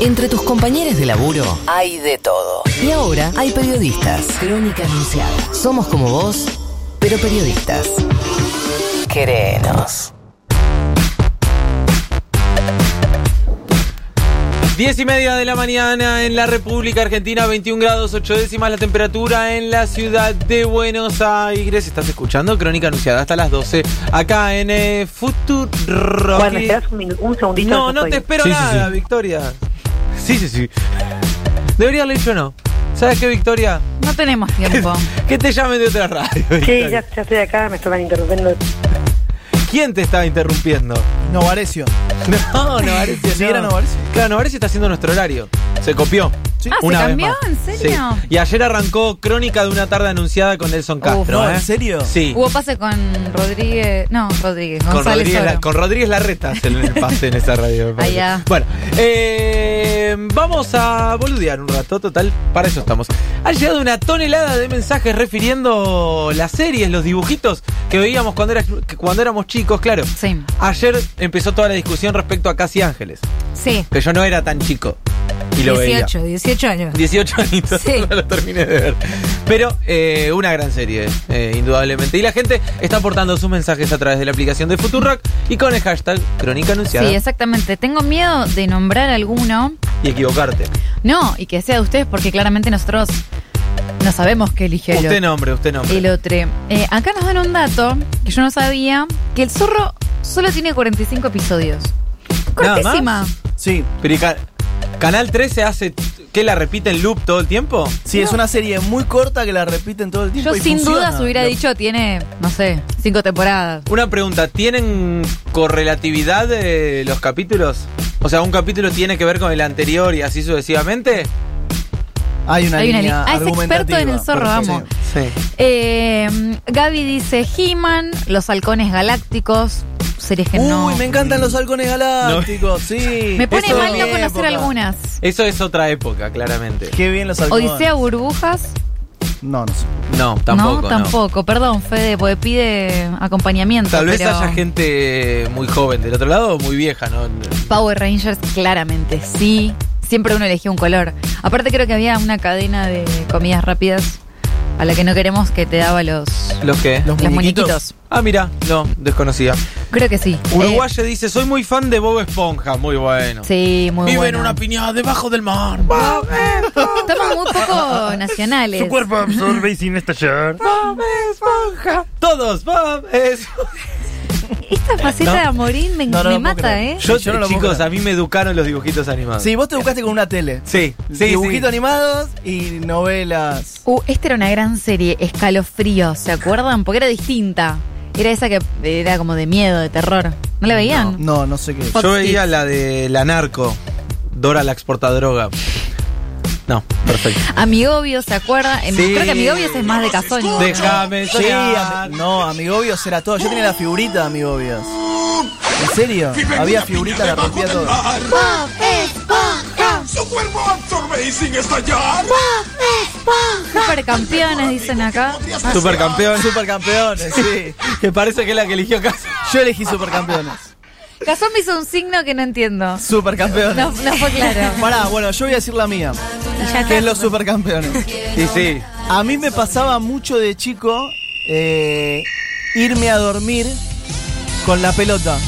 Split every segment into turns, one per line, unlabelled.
Entre tus compañeros de laburo hay de todo. Y ahora hay periodistas. Crónica Anunciada. Somos como vos, pero periodistas. Querenos.
10 y media de la mañana en la República Argentina, 21 grados 8 décimas la temperatura en la ciudad de Buenos Aires. Estás escuchando Crónica Anunciada hasta las 12 acá en eh, Futuro.
Bueno, esperas un, minu- un segundito.
no,
ya
no
estoy.
te espero
Sí, sí,
nada,
sí.
Victoria. Sí, sí, sí. Debería haber dicho no. ¿Sabes qué, Victoria?
No tenemos tiempo.
Que te llamen de otra radio.
Sí,
Victoria.
ya, ya estoy acá, me estaban interrumpiendo.
¿Quién te estaba interrumpiendo?
Novarecio.
No, Novarecio.
Sí, era Novarecio.
Claro, Novarecio está haciendo nuestro horario. Se copió.
Ah, ¿se
Una vez
cambió?
más.
¿En serio?
Sí. Y ayer arrancó Crónica de una tarde anunciada con Nelson Castro.
no,
¿eh?
¿en serio?
Sí.
Hubo pase con Rodríguez. No, Rodríguez.
Con
González
Rodríguez,
Oro.
La- con Rodríguez Larreta hacen el pase en esa radio. me parece.
Allá.
Bueno, eh, vamos a boludear un rato, total. Para eso estamos. Ha llegado una tonelada de mensajes refiriendo las series, los dibujitos que veíamos cuando, era- que cuando éramos chicos, claro.
Sí.
Ayer empezó toda la discusión respecto a Casi Ángeles,
Sí.
que yo no era tan chico. Y lo veía.
18, 18 años.
18 añitos,
Sí.
no lo terminé de ver. Pero eh, una gran serie, eh, indudablemente. Y la gente está aportando sus mensajes a través de la aplicación de Futurock y con el hashtag Crónica Anunciada.
Sí, exactamente. Tengo miedo de nombrar alguno.
Y equivocarte.
No, y que sea de ustedes, porque claramente nosotros no sabemos qué eligió el
usted
otro.
nombre, usted nombre.
El otro. Eh, acá nos dan un dato que yo no sabía, que el zorro solo tiene 45 episodios.
Nada más.
Cortísima.
Sí.
Pero y ca- Canal 13 hace que la repite en loop todo el tiempo.
Sí, es una serie muy corta que la repiten todo el tiempo.
Yo
pues,
y
sin
funciona.
dudas hubiera
Lo-
dicho tiene, no sé, cinco temporadas.
Una pregunta, ¿tienen correlatividad de los capítulos? O sea, ¿un capítulo tiene que ver con el anterior y así sucesivamente?
Hay una
Hay una
línea
li- Ah, es experto en el zorro,
perfecto.
vamos.
Sí.
Sí.
Eh, Gaby dice He-Man, Los Halcones Galácticos, series que
Uy,
no...
me encantan los halcones galácticos, sí.
Me pone
Eso
mal
de
no
mi
conocer
época.
algunas.
Eso es otra época, claramente.
Qué bien los halcones.
Odisea Burbujas.
No, no sé.
No, tampoco.
no,
no.
tampoco. Perdón, Fede, porque pide acompañamiento.
Tal vez
pero
haya gente muy joven del otro lado o muy vieja, ¿no?
Power Rangers, claramente, sí. Siempre uno elegía un color. Aparte creo que había una cadena de comidas rápidas a la que no queremos que te daba los,
¿Los qué?
Los
los
muñequitos.
muñequitos.
Ah, mira, no, desconocía.
Creo que sí.
Uruguayo dice, soy muy fan de Bob Esponja, muy bueno.
Eh, sí, muy
Vive
bueno.
en una piñada debajo del mar.
Estamos muy poco nacionales.
Su cuerpo absorbe y sin estallar.
Bob Esponja. Todos, Bob Esponja.
Esta faceta de Amorín me,
Eh, No, no
me
lo puedo
mata,
creer.
¿eh?
Yo,
Yo no lo puedo
chicos,
creer.
a mí me educaron los dibujitos animados.
Sí, vos te buscaste con una tele.
sí, sí.
Dibujitos
sí.
animados y novelas.
Uh, esta era una gran serie, Escalofrío, ¿se acuerdan? Porque era distinta. Era esa que era como de miedo, de terror. ¿No la veían?
No, no sé qué.
Fox
Yo veía
Kids.
la de la narco, Dora la exportadroga. No, perfecto.
Amigobio, ¿se acuerdan? Eh,
Sí.
Creo que Amigobios es más de Cazón. ¿no?
Déjame
Sí,
soñar.
ami- no, Amigobios era todo. Yo tenía la figurita de Amigobios. ¿En serio? Había figurita, la rompía todo.
Su cuerpo absorbe y sin estallar.
Supercampeones, dicen acá.
Supercampeón.
Supercampeones, sí.
Que parece que es la que eligió Casa.
Yo elegí supercampeones.
Cazón me hizo un signo que no entiendo.
Supercampeones.
No, no fue claro.
Pará, bueno, yo voy a decir la mía,
Y ya
que es
está.
los supercampeones.
Y sí.
A mí me pasaba mucho de chico eh, irme a dormir con la pelota.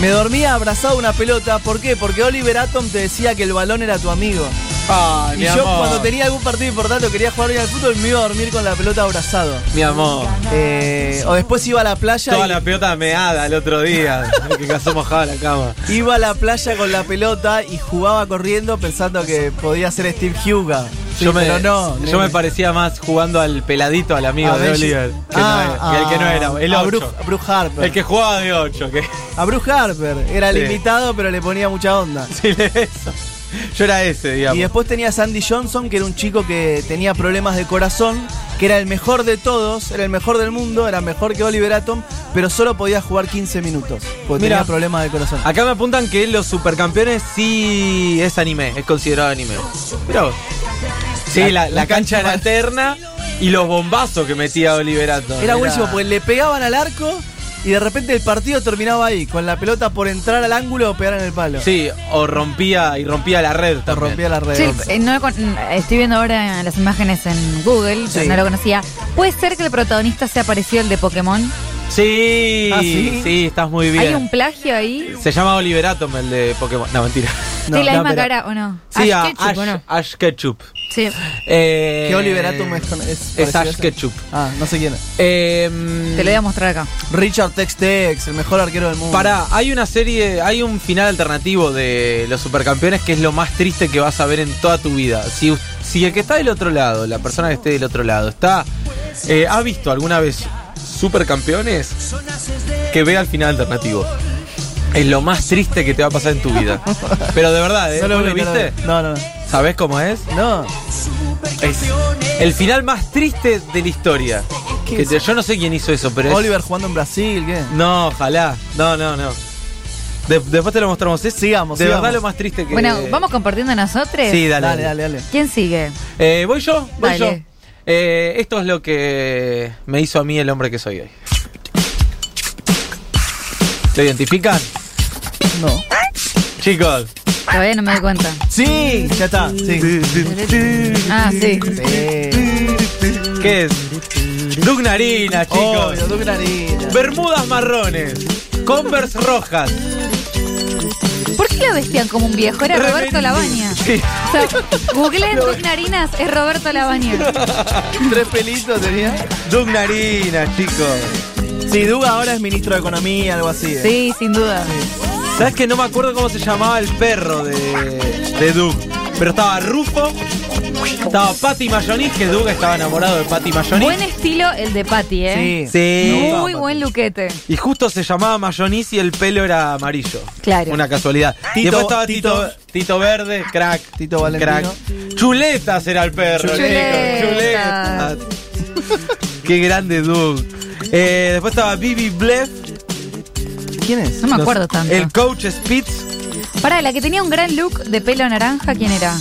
Me dormía abrazado a una pelota, ¿por qué? Porque Oliver Atom te decía que el balón era tu amigo.
Ay,
Y
Ah, mi
yo
amor.
cuando tenía algún partido importante o quería jugar bien al fútbol me iba a dormir con la pelota abrazado.
Mi amor.
Eh, o después iba a la playa
Toda
y-
la pelota meada el otro día. que casó mojada la cama.
Iba a la playa con la pelota y jugaba corriendo pensando que podía ser Steve Huga. Sí,
yo me,
pero no. Ah,
yo me parecía más jugando al peladito, al amigo de Oliver. Que no era, y el que no era, el
a
8.
ah, Bruce, a Bruce Harper.
el que jugaba de 8. Que,
A Bruce Harper. Era
Sí.
el invitado, pero le ponía mucha onda.
sí, eso. Yo era ese, digamos.
Y después tenía a Sandy Johnson, que era un chico que tenía problemas de corazón, que era el mejor de todos, era el mejor del mundo, era mejor que Oliver Atom, pero solo podía jugar 15 minutos, porque
Mira.
tenía problemas de corazón.
Acá me apuntan que los supercampeones sí es anime, es considerado anime. Mirá vos. Sí, la, la cancha era eterna y los bombazos que metía Oliverato.
pues. Era buenísimo, porque le pegaban al arco y y de repente el partido terminaba ahí, con la pelota por entrar al ángulo o pegar en el palo.
Sí, o rompía y rompía la red.
Te
también.
rompía la red.
Sí, eh, no lo con- mm, estoy viendo ahora las imágenes en Google, yo
Sí.
no lo conocía. ¿Puede ser que el protagonista sea parecido al de Pokémon?
Sí,
Ah,
sí,
¿sí?
estás muy bien.
¿Hay un plagio ahí?
Se llama Oliver Atom, el de Pokémon. No, mentira.
¿Tiene la
no,
misma
pero-
cara o no?
Sí, ah,
Ash
a-
Ketchum, ¿o
Ash,
no?
Ash Ketchup.
Sí.
Eh,
¿Qué Oliver Atom es con- es
Es
parecido a
Ash
ese?
Ketchup.
Ah, no sé quién es.
Eh,
Te lo voy a mostrar acá.
Richard Tex Tex, el mejor arquero del mundo.
Pará, hay una serie, hay un final alternativo de Los Supercampeones que es lo más triste que vas a ver en toda tu vida. Si, si el que está del otro lado, la persona que esté del otro lado, está eh, ¿ha visto alguna vez Supercampeones? Que vea el final alternativo. Es lo más triste que te va a pasar en tu vida. Pero de verdad, ¿eh?
No
¿Vos lo
vi, no
viste?
vi. No, no, no.
¿Sabés cómo es?
No.
Es el final más triste de la historia. Que te- yo no sé quién hizo eso, pero es-
Oliver jugando en Brasil, ¿qué?
No, ojalá. No, no, no. De- después te lo mostramos. Es
Sigamos,
De
sigamos.
verdad lo más triste que.
Bueno, ¿vamos compartiendo nosotros?
Sí, dale. dale.
Dale, dale, dale.
¿Quién sigue?
Eh, voy yo, voy
Dale.
yo. Eh, esto es lo que me hizo a mí el hombre que soy hoy. ¿Lo identifican?
No.
Chicos.
Todavía no me doy cuenta.
Sí, ya está. Sí. Eh,
Ah, sí.
Sí.
¿Qué es? Dugnarina, chicos.
Obvio, Duque Narinas.
Bermudas marrones. Converse rojas.
¿Por qué lo vestían como un viejo? Era
Remen-
Roberto Labaña.
Sí.
O sea, googleé en tus narinas, es Roberto Labaña.
Tres pelitos tenía.
Dugnarina, chicos.
Sí, Duga ahora es ministro de Economía, algo así. ¿eh?
Sí, sin duda.
¿Sabes que no me acuerdo cómo se llamaba el perro de, de Doug? Pero estaba Rufo, estaba Patty Mayonis, que Doug estaba enamorado de Patty Mayonis.
Buen estilo el de Patty, ¿eh?
Sí.
Sí.
Muy buen luquete.
Y justo se llamaba Mayonis y el pelo era amarillo.
Claro.
Una casualidad.
Tito-
Después estaba Tito,
Tito-
Tito Verde, crack.
Tito Valentino.
Crack. Chuletas era el perro. chicos,
Chuletas.
Chuletas. Qué grande Doug. Eh, después estaba Bibi Bleff.
¿Quién es?
No me
No
acuerdo
sé,
tanto.
El coach Spitz.
Pará, la que tenía un gran look de pelo naranja, ¿quién era?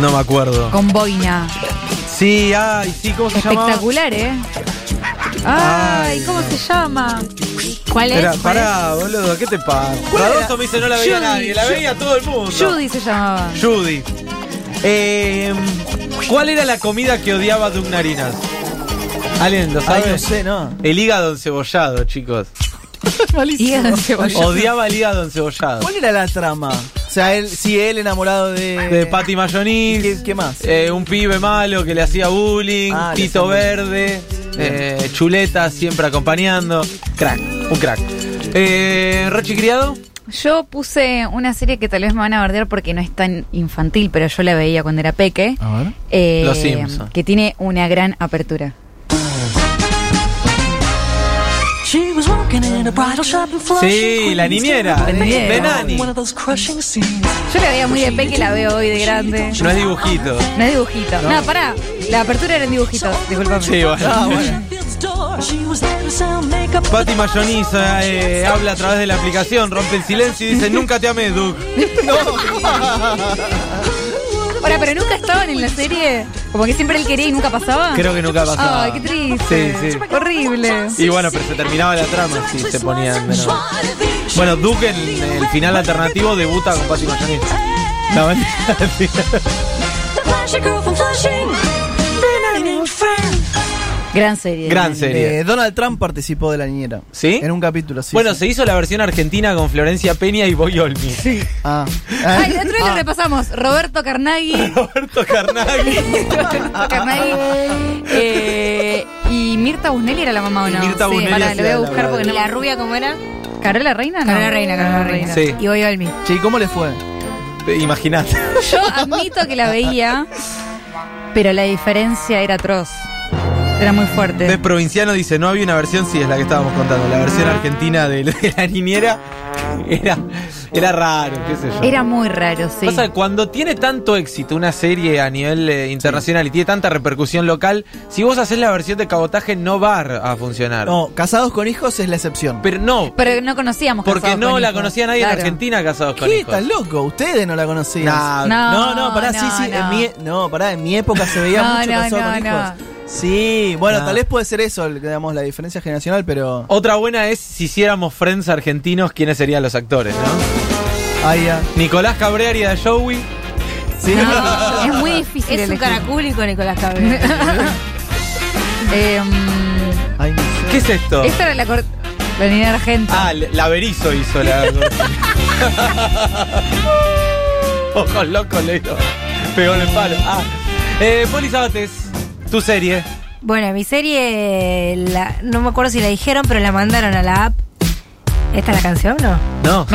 No me acuerdo.
Con boina.
Sí, ay, sí, ¿cómo se llamaba?
Espectacular, ¿eh? Ay, ¿cómo se llama? ¿Cuál es?
Era,
¿Cuál es?
pará, boludo, ¿qué te pasa? Radoso me dice no la veía
Judy,
nadie, la
Ju-
veía todo el mundo.
Judy se llamaba.
Judy. Eh, ¿Cuál era la comida que odiaba Dugnarinas? ¿Alguien lo
Ay,
sabe?
no sé, no.
El hígado encebollado, chicos.
Hígado encebollado.
Odiaba el hígado encebollado.
¿Cuál era la trama? O sea, él, sí, él enamorado de.
De Patty Mayonis.
¿Qué- qué más?
eh, un pibe malo que le hacía bullying.
Ah, le
Tito
hacía
Verde. eh, chuleta siempre acompañando. Crack, un crack. Eh, ¿Rochi criado?
Yo puse una serie que tal vez me van a bardear porque no es tan infantil, pero yo la veía cuando era peque.
A ver.
Eh,
Los Simpson.
Que tiene una gran apertura.
She was walking in a bridal shop in
Sí,
Flushing,
la
Queens.
niñera.
La niñera.
De Nani.
One of those crushing scenes.
Yo la veía muy de peque y la veo hoy de grande.
No es dibujito.
No es dibujito. No, pará. La apertura era en dibujitos, disculpame.
Sí, Ah, bueno.
Sheffield's door. She was there to sell makeup.
Patty Mayonis eh, habla a través de la aplicación, rompe el silencio y dice, nunca te amé, Doug.
Ahora, pero nunca estaban en la serie. Como que siempre él quería y nunca pasaba.
Creo que nunca pasaba.
Ay, qué triste.
Sí, sí.
Horrible.
Y bueno, pero se terminaba la trama si se ponían de nuevo. Bueno, Doug en el final alternativo debuta con Patty Mayonis. No, mentira, al final.
The flashy girl from Flushing. The nanny named Fran.
Gran serie.
Gran serie.
Eh, Donald Trump participó de la niñera.
¿Sí?
En un capítulo, sí.
Bueno,
sí.
se hizo la versión argentina con Florencia Peña y Boy Olmi. Sí.
Ah.
Ay, el otro día lo repasamos. Roberto Carnaghi.
Roberto Carnaghi.
Roberto Carnaghi. Eh, y Mirta Busnelli era la mamá o no.
Mirta
sí,
Busnelli
Pará, lo
hacía
voy a
la
buscar
madre.
porque no.
¿Y la rubia cómo era?
¿Carola Reina? No. Ah,
Carola Reina, Carola Reina.
Sí.
Y voy Olmi.
Che, ¿y ¿cómo le fue?
Imaginate.
Yo admito que la veía, pero la diferencia era atroz. Era muy fuerte.
De Provinciano dice, no había una versión, sí, es la que estábamos contando. La versión
Ah.
argentina de, de la niñera era, era raro, qué sé yo.
Era muy raro, sí.
Pasa que cuando tiene tanto éxito una serie a nivel eh, internacional y tiene tanta repercusión local, si vos haces la versión de cabotaje no va a funcionar.
No, casados con hijos es la excepción.
Pero no,
Pero no conocíamos.
porque
Casados
no
con
la
Hijos.
conocía nadie en
Claro.
Argentina casados con
¿Qué?
hijos.
¿Estás loco? Ustedes no la conocían.
Nah,
no,
No,
no, pará, sí,
no,
sí.
no.
En mi, no, pará, en mi época se veía
No,
mucho
no,
casado
no,
con
no.
hijos. Sí, bueno,
Ah.
tal vez puede ser eso, el- digamos, la diferencia generacional, pero.
Otra buena es si hiciéramos Friends argentinos, ¿quiénes serían los actores, no?
Ahí ya.
Nicolás Cabrera haría de Joey.
Sí.
No, es muy difícil.
Es un
elegir.
caracúlico, Nicolás Cabrera.
Eh, mm,
Ay, no sé.
¿Qué es esto?
esta era la cor- La unidad argenta.
Ah, la Berizo hizo la. Ojos locos le hizo. Pegó en el palo. Ah. Eh, Poli Sabates, tu serie.
bueno, mi serie, la- no me acuerdo si la dijeron, pero la mandaron a la app. ¿Esta es la canción no?
No.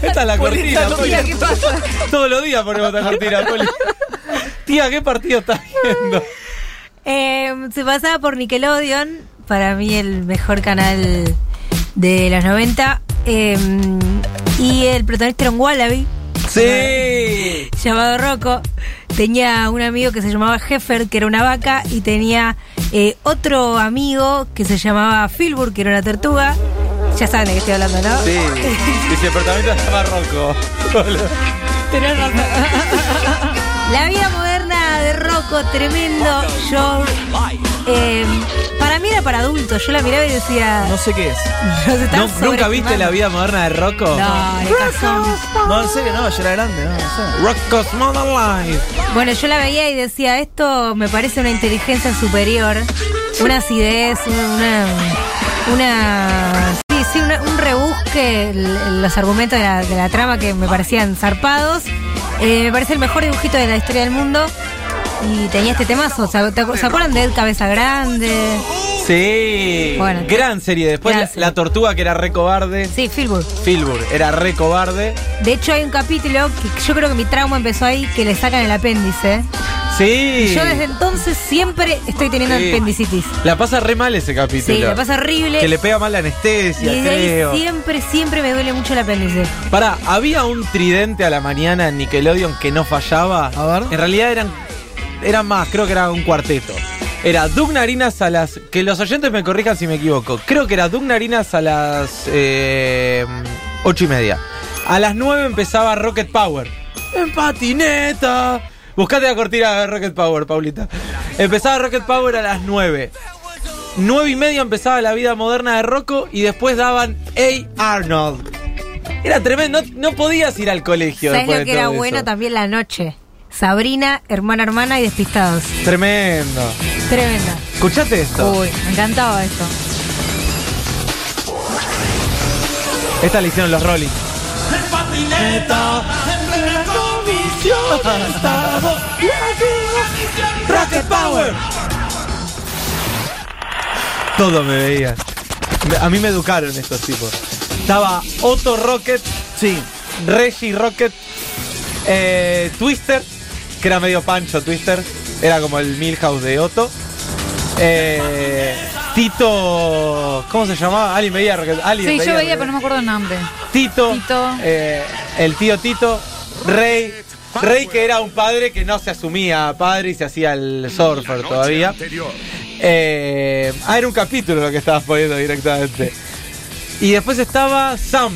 Esta es la cortina, Poli.
Mira, ¿qué pasa?
Todos los días ponemos esta cortina, Poli. Tía, ¿qué partido estás viendo?
Eh, se pasaba por Nickelodeon, para mí el mejor canal de los 90. eh, y el protagonista era un Wallaby.
Sí.
llamado Rocco, tenía un amigo que se llamaba Heffer, que era una vaca, y tenía eh, otro amigo que se llamaba Filbur, que era una tortuga. Ya saben de qué estoy hablando, ¿no?
Sí. Y si el apartamento se llama Rocco.
Tenés razón. La vida moderna de Rocco, tremendo. Yo. eh, para mí era para adultos. Yo la miraba y decía.
No sé qué es.
"Nos están
¿No- ¿Nunca viste
sobreestimando".
la vida moderna de Rocco?
No, de cajón.
No, en serio, no, yo era grande, no, no sé.
Rocco's Modern Life.
Bueno, yo la veía y decía, esto me parece una inteligencia superior, una acidez, una... una sí, sí, una- un rebusque, l- los argumentos de la, de la trama que me parecían zarpados. Eh, me parece el mejor dibujito de la historia del mundo. Y tenía este temazo, ¿se, te acu- se acuerdan de Ed Cabeza Grande?
Sí.
Bueno.
Gran serie. Después
Gran
la,
serie.
la tortuga que era re cobarde.
Sí, Philbur.
Filbur era re cobarde.
De hecho hay un capítulo que yo creo que mi trauma empezó ahí, que le sacan el apéndice.
Sí.
Y yo desde entonces siempre estoy teniendo
Sí.
apendicitis.
La pasa re mal ese capítulo.
Sí, la pasa horrible.
Que le pega mal la
Y
anestesia,
desde ahí
creo.
siempre, siempre me duele mucho el apéndice.
Pará, había un tridente a la mañana en Nickelodeon que no fallaba.
A ver.
En realidad eran, eran más, creo que era un cuarteto. Era Doug Narinas a las. Que los oyentes me corrijan si me equivoco. Creo que era Doug Narinas a las. eh, ocho y media. A las nueve empezaba Rocket Power. En patineta. Buscate la cortina de Rocket Power, Paulita. Empezaba Rocket Power a las nueve. Nueve y media empezaba la vida moderna de Rocco y después daban A. Arnold. Era tremendo, no, no podías ir al colegio.
¿Sabes
después
lo
de
que era
todo eso.
bueno también la noche? Sabrina, hermana, hermana y despistados.
Tremendo.
Tremenda.
Escuchate esto.
Uy, me encantaba esto.
Esta la hicieron los Rolling. Rocket Power. Todo me veía. Me- A mí me educaron estos tipos. Estaba Otto Rocket,
Sí.
Reggie Rocket, eh, Twister, que era medio pancho Twister, era como el Milhouse de Otto. Eh, Tito, ¿cómo se llamaba? Alguien veía Rocket. alguien
Sí, yo veía,
Rocket.
pero no me acuerdo el nombre.
Tito,
Tito.
eh, el tío Tito, Rey, Rey que era un padre que no se asumía padre y se hacía el surfer todavía. Eh, ah, era un capítulo lo que estabas poniendo directamente. Y después estaba Sam,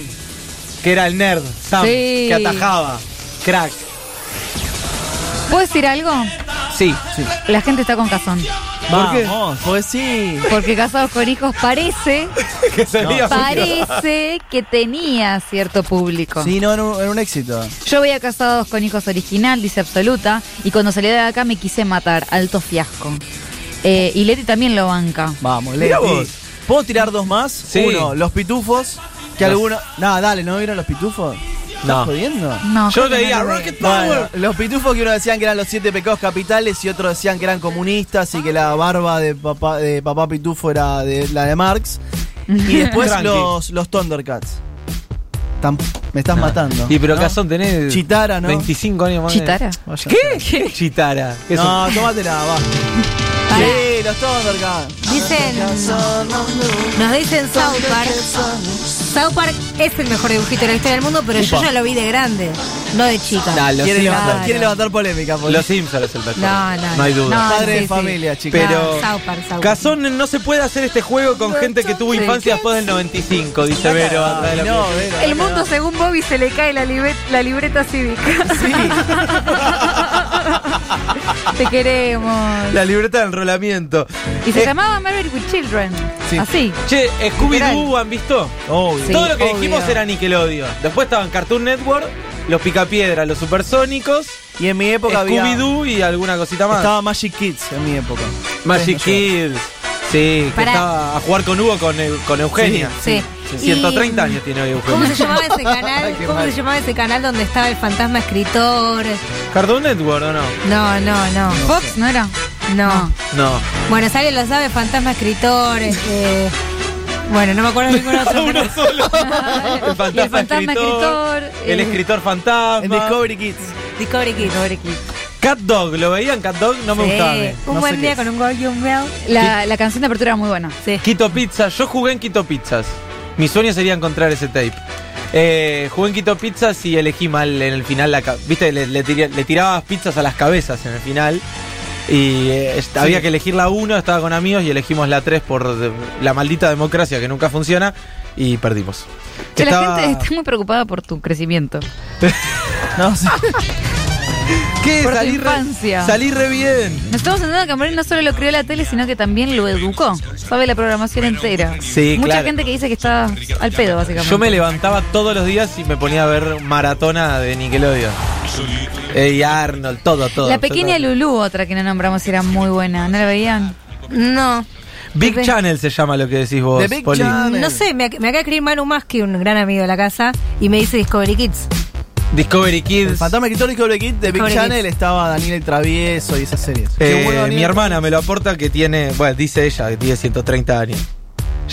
que era el nerd, Sam,
Sí.
que atajaba, crack.
¿Puedo decir algo?
Sí, sí.
La gente está con cazón.
¿Por qué?
Vamos, pues sí.
Porque casados con hijos parece,
Que se veía mucho.
parece que tenía cierto público.
Sí, no, era un, era un éxito.
Yo veía casados con hijos original, dice absoluta, y cuando salí de acá me quise matar, alto fiasco. Eh, y Leti también lo banca.
Vamos, Leti.
Mirá vos.
¿Puedo tirar dos más?
Sí.
Uno, los pitufos. Que
Los-
algunos. Nada, dale, ¿no vieron los pitufos?
No.
¿Estás jodiendo?
No,
Yo
creo que
veía
no lo
Rocket
veía.
Power.
Bueno, los pitufos que unos decían que eran los siete pecados capitales y otros decían que eran comunistas y que la barba de papá, de papá pitufo era de, la de Marx. Y después
Tranqui.
los, los Thundercats. Tam- me estás matando.
Y pero
¿no?
Cazón tenés
Chitara, ¿no?
25 años más. de-
Chitara.
Vaya.
¿Qué? Chitara. ¿Qué es
No, tómatela, va.
Pará.
Sí, los Thundercats.
Dicen, nos dicen South Park. South Park es el mejor dibujito de la historia del mundo, pero yo
Upa.
ya lo vi de grande, no de chica.
Nah, los
Quiere
Simpsons.
levantar, quiere levantar polémica, por
Los Simpsons es el mejor.
No, no,
hay duda.
no.
Padre
sí,
de
sí.
familia, chicos.
Pero.
No, South Park, South Park.
Cazón, no se puede hacer este juego con gente que tuvo infancia después del 95, dice Vero. atrás de la
No,
puerta.
Vero,
El
no.
mundo, según Bobby, se le cae la, libe- la libreta cívica.
Sí.
Te queremos.
La libreta de enrolamiento.
Y se
Eh,
llamaba Married with Children.
Sí.
Así.
Che, Scooby-Doo,
Literal.
¿han visto?
Obvio.
Sí,
Todo lo que
obvio.
dijimos era Nickelodeon. Después estaban Cartoon Network, Los Picapiedras, Los Supersónicos,
Y en mi época había.
Scooby-Doo y alguna cosita más.
Estaba Magic Kids en mi época.
Magic
Ustedes
Kids. Sí, que
Pará.
estaba a jugar con Hugo con, Eu- con Eugenia.
Sí.
Sí,
Y-
130 años tiene hoy
¿Cómo se
Eugenia.
llamaba ese canal?
Qué
¿Cómo
mal.
se llamaba ese canal donde estaba el fantasma escritor?
Cartoon Network, ¿o no?
No, no, no.
Fox, ¿no era?
No.
No.
Bueno, si alguien lo sabe, fantasma escritor, este. Bueno, no me acuerdo de ningún otro.
Uno
pero-
solo. el
Y el fantasma escritor, eh,
El
el-
escritor
no.
fantasma.
En Discovery Kids.
eh, Discovery Kids.
Cat Dog, ¿lo veían Cat Dog? No me
Sí.
gustaba. a mí.
Un
No sé
buen
qué
día
es.
con un Golden Bell.
La, la canción de apertura era muy buena.
Sí.
Quito Pizza, yo jugué en Quito Pizzas. Mi sueño sería encontrar ese tape. Eh, jugué en Quito Pizzas y elegí mal en el final la ca- Viste, le, le tiré- le tirabas pizzas a las cabezas en el final. Y eh, est- había que elegir la 1, estaba con amigos y elegimos la 3 por de- la maldita democracia que nunca funciona y perdimos.
Che,
Estaba-
La gente está muy preocupada por tu crecimiento.
No sé.
¿Qué?
por tu
Salí re,
infancia.
salí re bien.
Nos estamos entendiendo que Marín no solo lo crió la tele, sino que también lo educó. Sabe la programación entera.
Sí,
Mucha
claro.
gente que dice que está al pedo, básicamente.
Yo me levantaba todos los días y me ponía a ver maratona de Nickelodeon. Eh, y Arnold, todo, todo.
La pequeña
absolutamente.
Lulú, otra que no nombramos, era muy buena. ¿No la veían?
No.
Big Channel se llama lo que decís vos,
The Big
Poli.
Channel.
No sé, me, ac- me acaba de escribir Manu Maschi, un gran amigo de la casa, y me dice Discovery Kids.
Discovery
El
Kids.
fantasma escritor de Discovery Kids de Big
Discovery
Channel estaba Daniel el Travieso y esas series.
Eh,
Qué bueno, Daniel.
mi hermana me lo aporta que tiene, bueno, dice ella que tiene 130 años.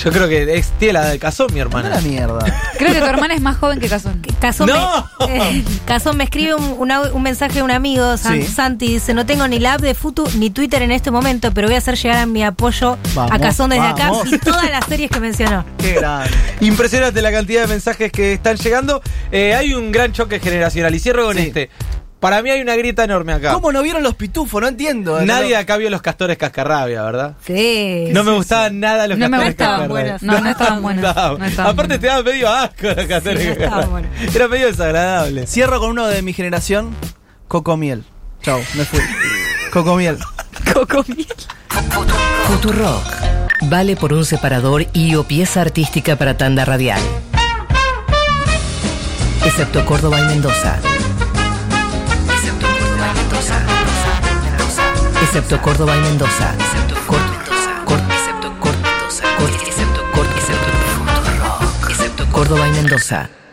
Yo creo que es, tiene la de casó mi
Anda a
hermana.
la mierda.
Creo que tu hermana es más joven que Cazón.
Cazón,
¡No!
me, Cazón me escribe un, un au- un mensaje de un amigo, San-
Sí.
Santi, dice, no tengo ni la app de Futu ni Twitter en este momento, pero voy a hacer llegar a mi apoyo a
Vamos,
Cazón desde
vamos.
acá y todas las series que mencionó.
Qué grande.
Impresionante la cantidad de mensajes que están llegando. Eh, hay un gran choque generacional y cierro con
Sí.
este. Para mí hay una grieta enorme acá.
¿Cómo no vieron los pitufos? No entiendo.
Nadie acá vio los castores cascarrabia, ¿verdad?
Sí.
No me gustaban nada los
No me
castores
gustaban
cascarrabias.
buenas. No, no estaban buenas. No estaban
Aparte
buenas.
te daban medio asco los castores
no estaban
cascarrabias. Era medio desagradable.
Cierro con uno de mi generación, Cocomiel. Chau, me fui. Cocomiel.
Futurock. Vale por un separador y o pieza artística para tanda radial. Excepto Córdoba y Mendoza. Excepto Córdoba y Mendoza. Excepto Córdoba y Mendoza. Excepto Córdoba y Mendoza. Excepto Córdoba y Mendoza. Excepto Córdoba y Mendoza.